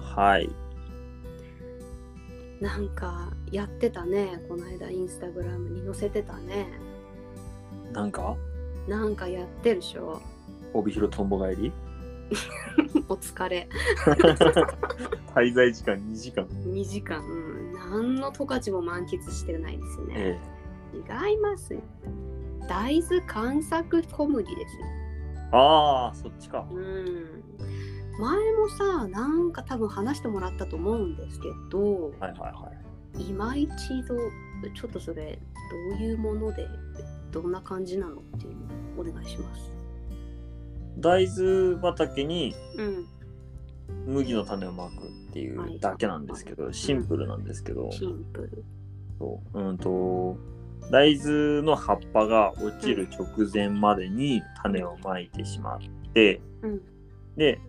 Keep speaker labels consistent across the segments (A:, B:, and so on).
A: はい。
B: なんかやってたねこの間インスタグラムに載せてたね
A: なんか、
B: なんかやってるでし ょ
A: 帯広とんぼ返 り
B: お疲れ
A: 滞在時間2時間。
B: 2時間、うん、何の十勝も満喫してないですね
A: え
B: 違いますよ大豆観作小麦ですよ
A: え。ああ、そっちか。
B: うん前もさなんか多分話してもらったと思うんですけど
A: はいはいはい。
B: 今一度ちょっとそれどういうものでどんな感じなのっていうのをお願いします。
A: 大豆畑に
B: うん、
A: 麦の種をまくっていうだけなんですけど、シンプルなんですけど、
B: シンプル。
A: そううんと、大豆の葉っぱが落ちる直前までに種をまいてしまって、
B: うん
A: で、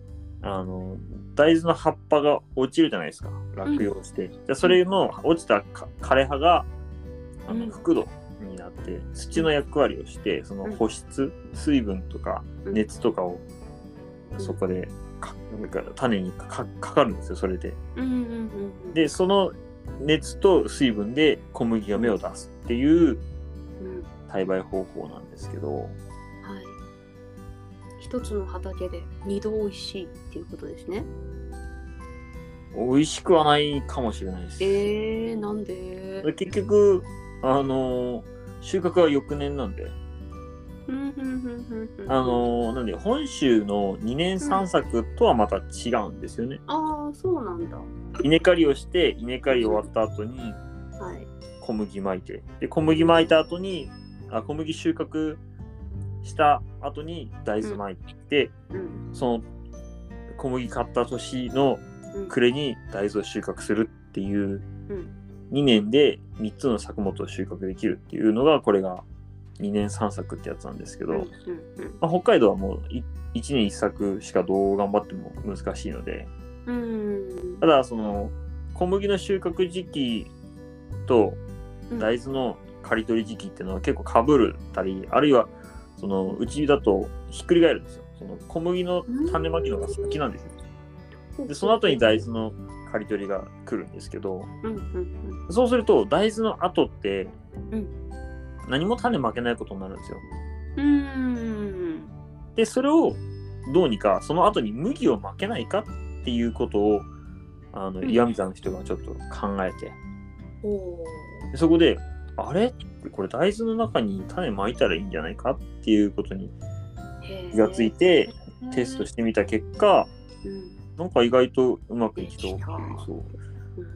A: あの、大豆の葉っぱが落ちるじゃないですか、落葉して。じゃあそれの落ちたか枯れ葉が、あ
B: う
A: の、
B: ん
A: 覆土になって、土の役割をして、その保湿、水分とか
B: うん
A: 熱とかを
B: ん
A: そこでか、種にかかかかるんですよ、それで。
B: うんうんうんうん。
A: でその熱と水分で小麦が芽を出すっていう
B: うん、
A: 栽培方法なんですけど
B: はい。一つの畑で二度美味しいっていうことですね。
A: 美味しくはないかもしれないです、
B: えー、なんで
A: 結局あのー収穫は翌年なんで、
B: うんうんうんうんうん
A: あのーなんで本州の2年3作とはまた違うんですよね、
B: ああそうなんだ。
A: 稲刈りをして稲刈り終わった後に
B: はい。
A: 小麦巻いてで小麦巻いた後にあ小麦収穫した後に大豆巻いて、
B: うん
A: その小麦買った年の
B: うん
A: 暮れに大豆を収穫するっていう
B: うん
A: 2年で3つの作物を収穫できるっていうのがこれが2年3作ってやつなんですけど、
B: うん
A: ま
B: うん
A: あ、北海道はもう1年1作しかどう頑張っても難しいので
B: うん
A: ただその小麦の収穫時期と
B: うん
A: 大豆の刈り取り時期っていうのは結構かぶるたりあるいはそのうちだとひっくり返るんですよその小麦の種まきの方が先なんですよ
B: うん
A: でその後に大豆の刈り取りが来るんですけど
B: うんうん
A: そうすると大豆の後って、
B: うん
A: 何も種まけないことになるんですよ
B: うんうん
A: でそれをどうにかその後に麦をまけないかっていうことをあの
B: うん
A: 岩見沢の人がちょっと考えて
B: おお
A: でそこであれこれ大豆の中に種まいたらいいんじゃないかっていうことに気がついてテストしてみた結果
B: て、うん
A: なんか意外とうまくいきそうってい
B: で
A: う
B: きた
A: そう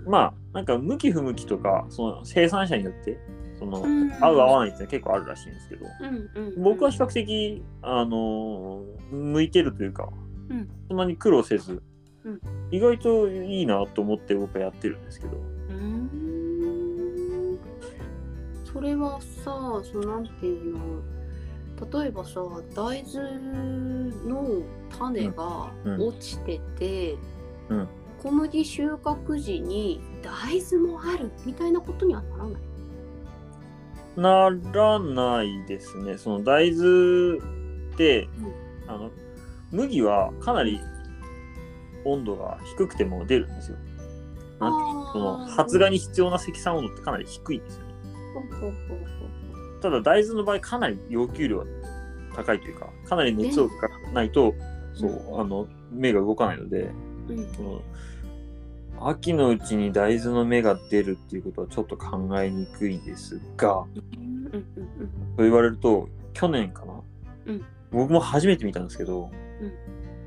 B: うん
A: まあなんか向き不向きとかその生産者によってその、
B: うん
A: 合う合わないっていうのは結構あるらしいんですけど
B: うんうんうん、
A: 僕は比較的あのー向いてるというか、
B: うん
A: そんなに苦労せず、
B: うん
A: 意外といいなと思って僕はやってるんですけど
B: うーんそれはさそのなんていうの例えばさ大豆の種が
A: うんうん
B: 落ちてて、
A: うん
B: 小麦収穫時に大豆もあるみたいなことにはならない。
A: ならないですねその大豆って、あの麦はかなり温度が低くても出るんですよ。なんて
B: あー
A: その発芽に必要な積算温度ってかなり低いんですよね。
B: ほうほうほうほう
A: ただ大豆の場合かなり要求量が高いというかかなり熱をかかないと、そうあの芽が動かないので
B: うん
A: その秋のうちに大豆の芽が出るっていうことはちょっと考えにくいです
B: う
A: が
B: んうんうん
A: と言われると去年かな、
B: うん
A: 僕も初めて見たんですけど、
B: うん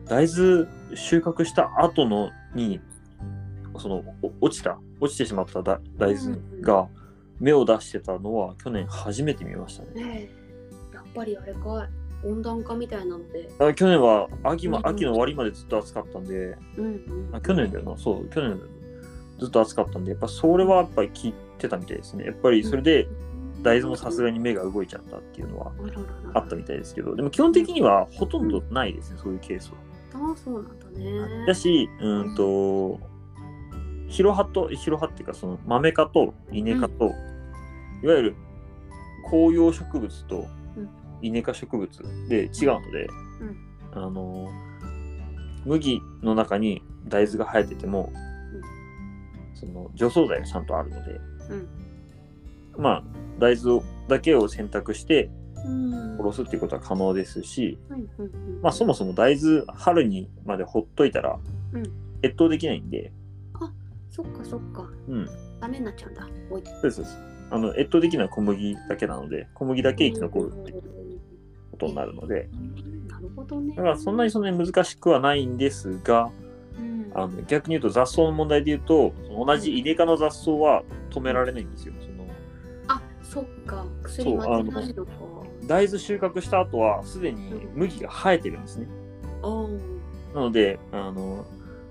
A: 大豆収穫した後のにそのお落ちた落ちてしまっただ大豆が芽を出してたのは去年初めて見ました
B: うん
A: ね。
B: ねえやっぱりあれかい温暖化みたいなので、
A: あ去年は秋,、ま
B: うんうん
A: 秋の終わりまでずっと暑かったんで、
B: うんうん、
A: あ去年だよな、そう、去年ずっと暑かったんで、やっぱそれはやっぱり聞いてたみたいですね。やっぱりそれで大豆もさすが
B: に
A: に目が動いちゃったっていうのはあ
B: あ
A: ったみたいですけど、でも基本的にはほとんどないですね、そういうケース
B: ああそうなんだ
A: は。
B: ね。
A: だし、うーんと、ヒロハと、ヒロハっていうか、その豆科と稲科と、いわゆる紅葉植物と
B: うん
A: イネ科植物で違うので、
B: うん
A: あの麦の中に大豆が生えてても、
B: うん
A: その除草剤がちゃんとあるので、
B: うん
A: まあ大豆だけを選択して
B: うん
A: 殺すっていうことは可能ですし、
B: はいはいはい
A: まあ、そもそも大豆春にまでほっといたら
B: うん
A: 越冬できないんで、
B: そっかそっか
A: うん、
B: ダメになっちゃうんだおい
A: そうですそうですあの越冬できない小麦だけなので小麦だけ生き残るってことになるので、
B: うんなるほどね
A: だからそんなにそんなに難しくはないんですが
B: うん
A: あの逆に言うと雑草の問題で言うとその同じイネ科の雑草は止められないんですよ。その
B: あそっか薬
A: そう
B: 間
A: あ
B: 違
A: の
B: いのか
A: 大豆収穫した後はすでに麦が生えてるんですね。
B: あー
A: なのであの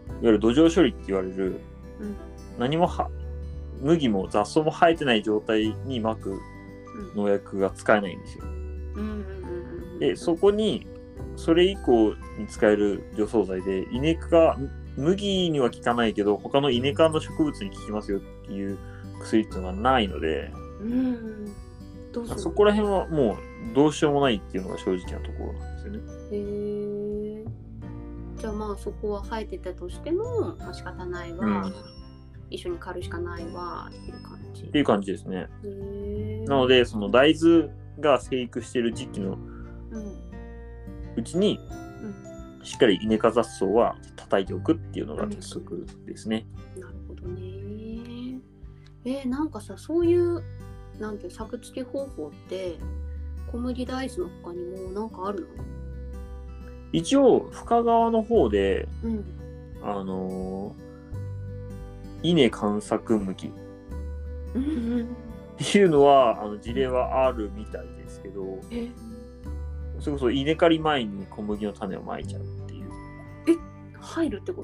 A: いわゆる土壌処理って言われる
B: うん
A: 何もは麦も雑草も生えてない状態にまく
B: うん
A: 農薬が使えないんですよ。
B: うんうんうんうん
A: でそこにそれ以降に使える除草剤でイネ科が麦には効かないけど他のイネ科の植物に効きますよっていう薬っていうのがないので
B: うんどうする
A: そこら辺はもうどうしようもないっていうのが正直なところなんですよね。
B: へえじゃあまあそこは生えてたとしても、まあ、仕方ないわ、
A: うん
B: 一緒に狩るしかないわっていう感じ
A: っていう感じですね。
B: へえ
A: なのでその大豆が生育している時期の
B: うん
A: うちにしっかりイネ科雑草は叩いておくっていうのが鉄則ですね。
B: なるほどねえーなんかさそういうなんていう作付け方法って小麦大豆の他にもなんかある
A: 一応深川の方で
B: のうん
A: あのー、稲観作向きっ
B: うんうん
A: ていうのは、あの事例はあるみたいですけど、
B: え
A: それこそ稲刈り前に小麦の種をまいちゃうっていう。
B: 入るってこ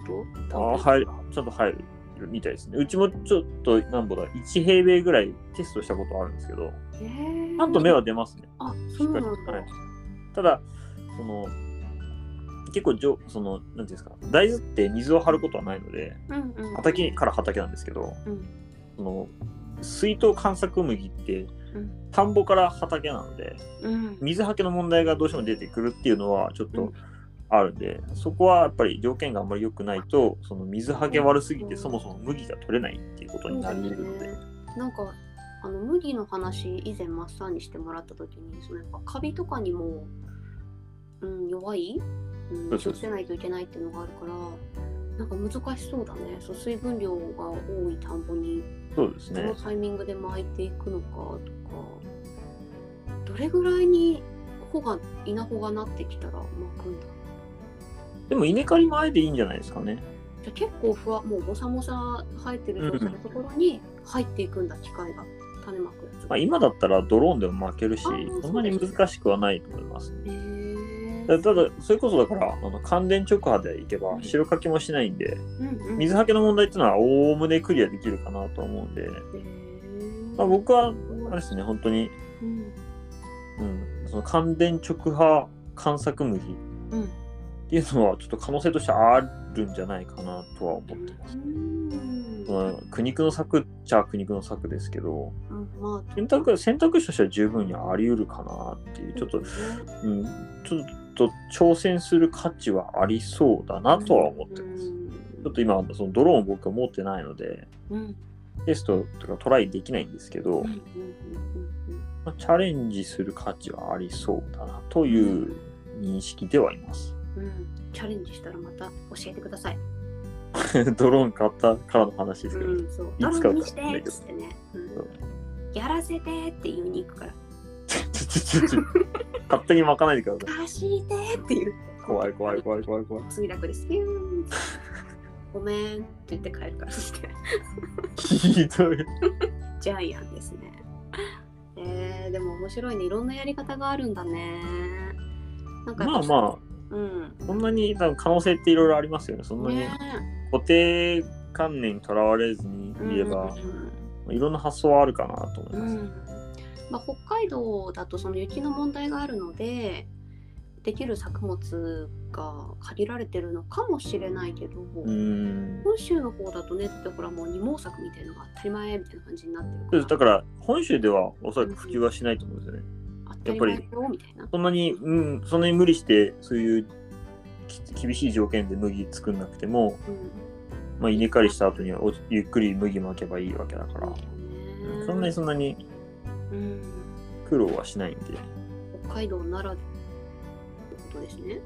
B: と
A: ああ、入る、ちゃんと入るみたいですね。うちもちょっと、なんぼだ、1平米ぐらいテストしたことあるんですけど、
B: え
A: ちゃんと芽は出ますね。
B: あ
A: し
B: そ
A: っ
B: う
A: かり。
B: なんだ、
A: はい、ただ、その、結構じょ、その、なんていうんですか、大豆って水を張ることはないので、
B: うんうんうん
A: 畑から畑なんですけど、
B: うん
A: その水筒観作麦って、
B: うん
A: 田んぼから畑なので
B: うん
A: 水はけの問題がどうしても出てくるっていうのはちょっ
B: うん
A: とあるんで、そこはやっぱり条件があんまり良くないとその水はけ悪すぎてそもそも麦が取れないっていうことになり得るので、
B: なんかあの麦の話以前マッサーにしてもらった時にそのやっぱカビとかにも、うん、弱い、うん、
A: そう
B: 気を
A: そうそう
B: つけないといけないっていうのがあるからなんか難しそうだねそう水分量が多い田んぼに
A: そうです
B: ど
A: ね
B: のタイミングで巻いていくのかとか、どれぐらいに穂が稲穂がなってきたら巻くんだ
A: でも稲刈り前でいいんじゃないですかね
B: じゃあ結構ふわもうもさもさ生えてる状態のところに入っていくんだ機械が種まくやつが
A: まあ、今だったらドローンでも負けるし
B: あー
A: そんなに難しくはないと思いますね
B: へー
A: だただそれこそだからあの乾電直波でいけば白かきもしないんで、
B: うん
A: 水はけの問題っていうのはおおむねクリアできるかなと思うんで、
B: うん、
A: まあ、僕はあれ
B: は、
A: ですね本当に、
B: うん
A: うん、その乾電直波観作麦っ
B: うん
A: ていうのはちょっと可能性としてあるんじゃないかなとは思ってます。
B: うん
A: まあ、苦肉の策っちゃ苦肉の策ですけど
B: うんまあ
A: 選択選択肢としては十分にあり得るかなっていうちょっと、
B: と
A: うん、ちょっと挑戦する価値はありそうだなとは思ってます。ちょっと今そのドローン僕は持ってないので
B: うんうん
A: テストとかトライできないんですけど、
B: うんうん
A: まあチャレンジする価値はありそうだなという認識ではいます。
B: うんうんチャレンジしたらまた教えてください。
A: ドローン買ったからの話ですけど、
B: うん、そう。
A: い
B: ド
A: つ
B: ロ
A: か
B: ーン
A: 分
B: に
A: か
B: し
A: ん
B: て
A: ないけ
B: っ
A: ど
B: つってね、うん
A: そう
B: やらせてって言いに行くから。
A: ちょちょちょ勝手に巻かないでくださ
B: 走りてって言う。
A: い。怖い怖い怖い怖い怖い。
B: 墜落です。ピューン。ごめんって言って帰るからして。
A: ひどい。
B: ジャイアンですね。 えー、でも面白いね。いろんなやり方があるんだね。なんか
A: まあま
B: あ。うん。
A: あ、そんなに多分可能性っていろいろありますよね。そんなに
B: ね
A: 固定観念にとらわれずに
B: え
A: いれば
B: う、ん
A: いろんな発想はあるかなと思いうます。
B: んまあ、北海道だとその雪の問題があるのでできる作物が限られてるのかもしれないけど、
A: うーん。
B: 本州の方だとねだってほらもう二毛作みたいのが当たり前みたいな感じになって
A: そうで
B: る
A: す
B: か
A: だ
B: ら
A: から本州ではおそらく普及はしないと思うんですよね。
B: 当たり前だよみたいな。
A: そんなに、うん、そんなに無理してそういうき厳しい条件で麦作んなくても、
B: うん
A: まあ、稲刈りした後にはおゆっくり麦巻けばいいわけだから、うんそんなにそんなに
B: うん、
A: 苦労はしないんで。
B: 北海道ならってことですね。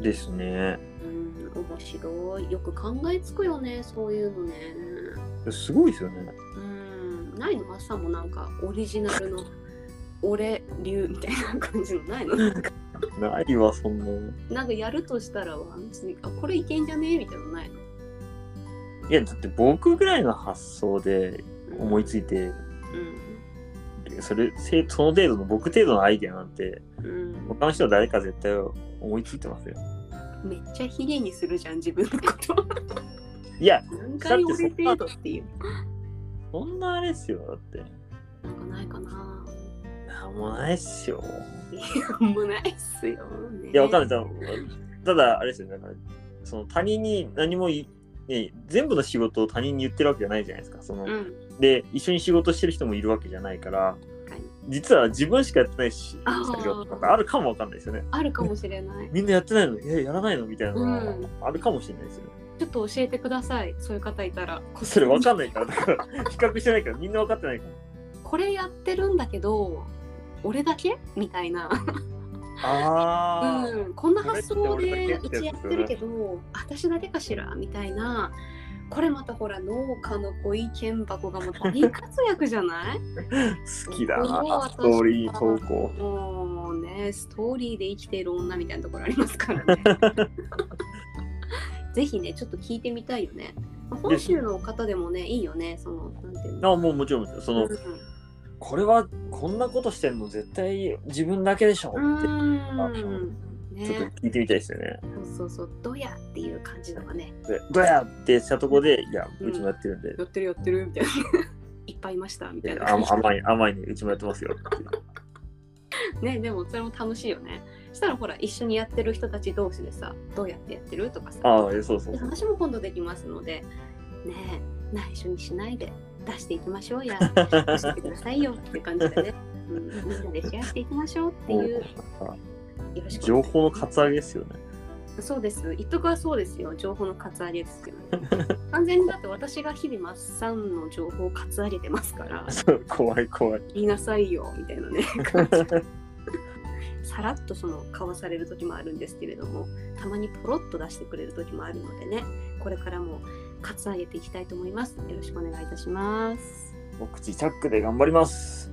A: ですね。
B: うん、面白い。よく考えつくよね、そういうのね。
A: すごいですよね。
B: うん、ないのマッサンもなんかオリジナルの俺流みたいな感じのないのなんか
A: ないわ、そんな。
B: なんかやるとしたらは別にあこれいけんじゃねえみたいなのないの、
A: いや、だって僕ぐらいの発想で
B: うん
A: 思いついて、
B: うん
A: それ、せその程度の僕程度のアイデアなんて、
B: うん、
A: 他の人は誰か絶対思いついてますよ。
B: めっちゃヒゲにするじゃん自分のこと
A: いや、
B: 何回俺程度っていう
A: そんなあれっすよ、だって。
B: なんかないかな
A: なんもないっすよ。
B: なんもないっすよ、ね、
A: いや、わか
B: ない
A: んない。ただ、あれですよね。だから、その他人に何もい、ね、全部の仕事を他人に言ってるわけじゃないじゃないですか。その、
B: うん
A: で、一緒に仕事してる人もいるわけじゃないから
B: 確かに、
A: 実は自分しかやってないし
B: あー
A: 作業とかあるかもわかんないですよね。
B: あるかもしれない
A: みんなやってないのいや、やらないのみたいなのが
B: うん
A: あるかもしれないですよね。
B: ちょっと教えてくださいそういう方いたらこ
A: それわ
B: わ
A: かんないから、だから比較してないから、みんなわかってないか
B: これやってるんだけど俺だけみたいな
A: ら。ああ、
B: うん、こんな発想
A: これって
B: で
A: 俺
B: う
A: だけ
B: ち
A: って
B: や
A: や
B: っ
A: つ
B: てるけど私だけかしらみたいなこれまたほら農家のご意見箱がもう大活躍じゃ ない
A: 好きだ
B: うわ
A: な、
B: 私
A: ストーリー投稿。
B: もうねストーリーで生きている女みたいなところありますからね ぜひねちょっと聞いてみたいよねまあ本州の方でもねいいよねそのなんていうの
A: あもうもちろんもちろん、その、これはこんなことしてんの絶対自分だけでしょ
B: う
A: って、
B: んうん
A: ちょっ
B: ね
A: と聞いてみたいですよね。
B: そうそうそうどやっていう感じのがね
A: でどうやってしたとこで、いや、
B: うん
A: うちもやってるんで、
B: やってるやってるみたいな いっぱいいましたみたいな
A: あ甘い、甘いね、うちもやってますよ って。
B: ねでもそれも楽しいよねしたらほら一緒にやってる人たち同士でさどうやってやってるとかさ
A: ああ、えそうそう
B: で
A: そう。
B: 話も今度できますのでねえ内緒にしないで出していきましょ うや出してくださいよって感じでね、うん、みんなでシェアしていきましょうっていうよろしく
A: 情報のカツアゲですよね。
B: そうです一徳はそうですよ情報のカツアゲですよね 完全にだって私が日々マッサンの情報をカツアゲてます から
A: そう怖 い怖い。
B: 言いなさいよみたいなね感じさらっとそのかわされる時もあるんですけれどもたまにポロッと出してくれる時もあるのでねこれからもカツアゲていきたいと思いますよろしくお願いいたします
A: 僕、自宅で頑張ります。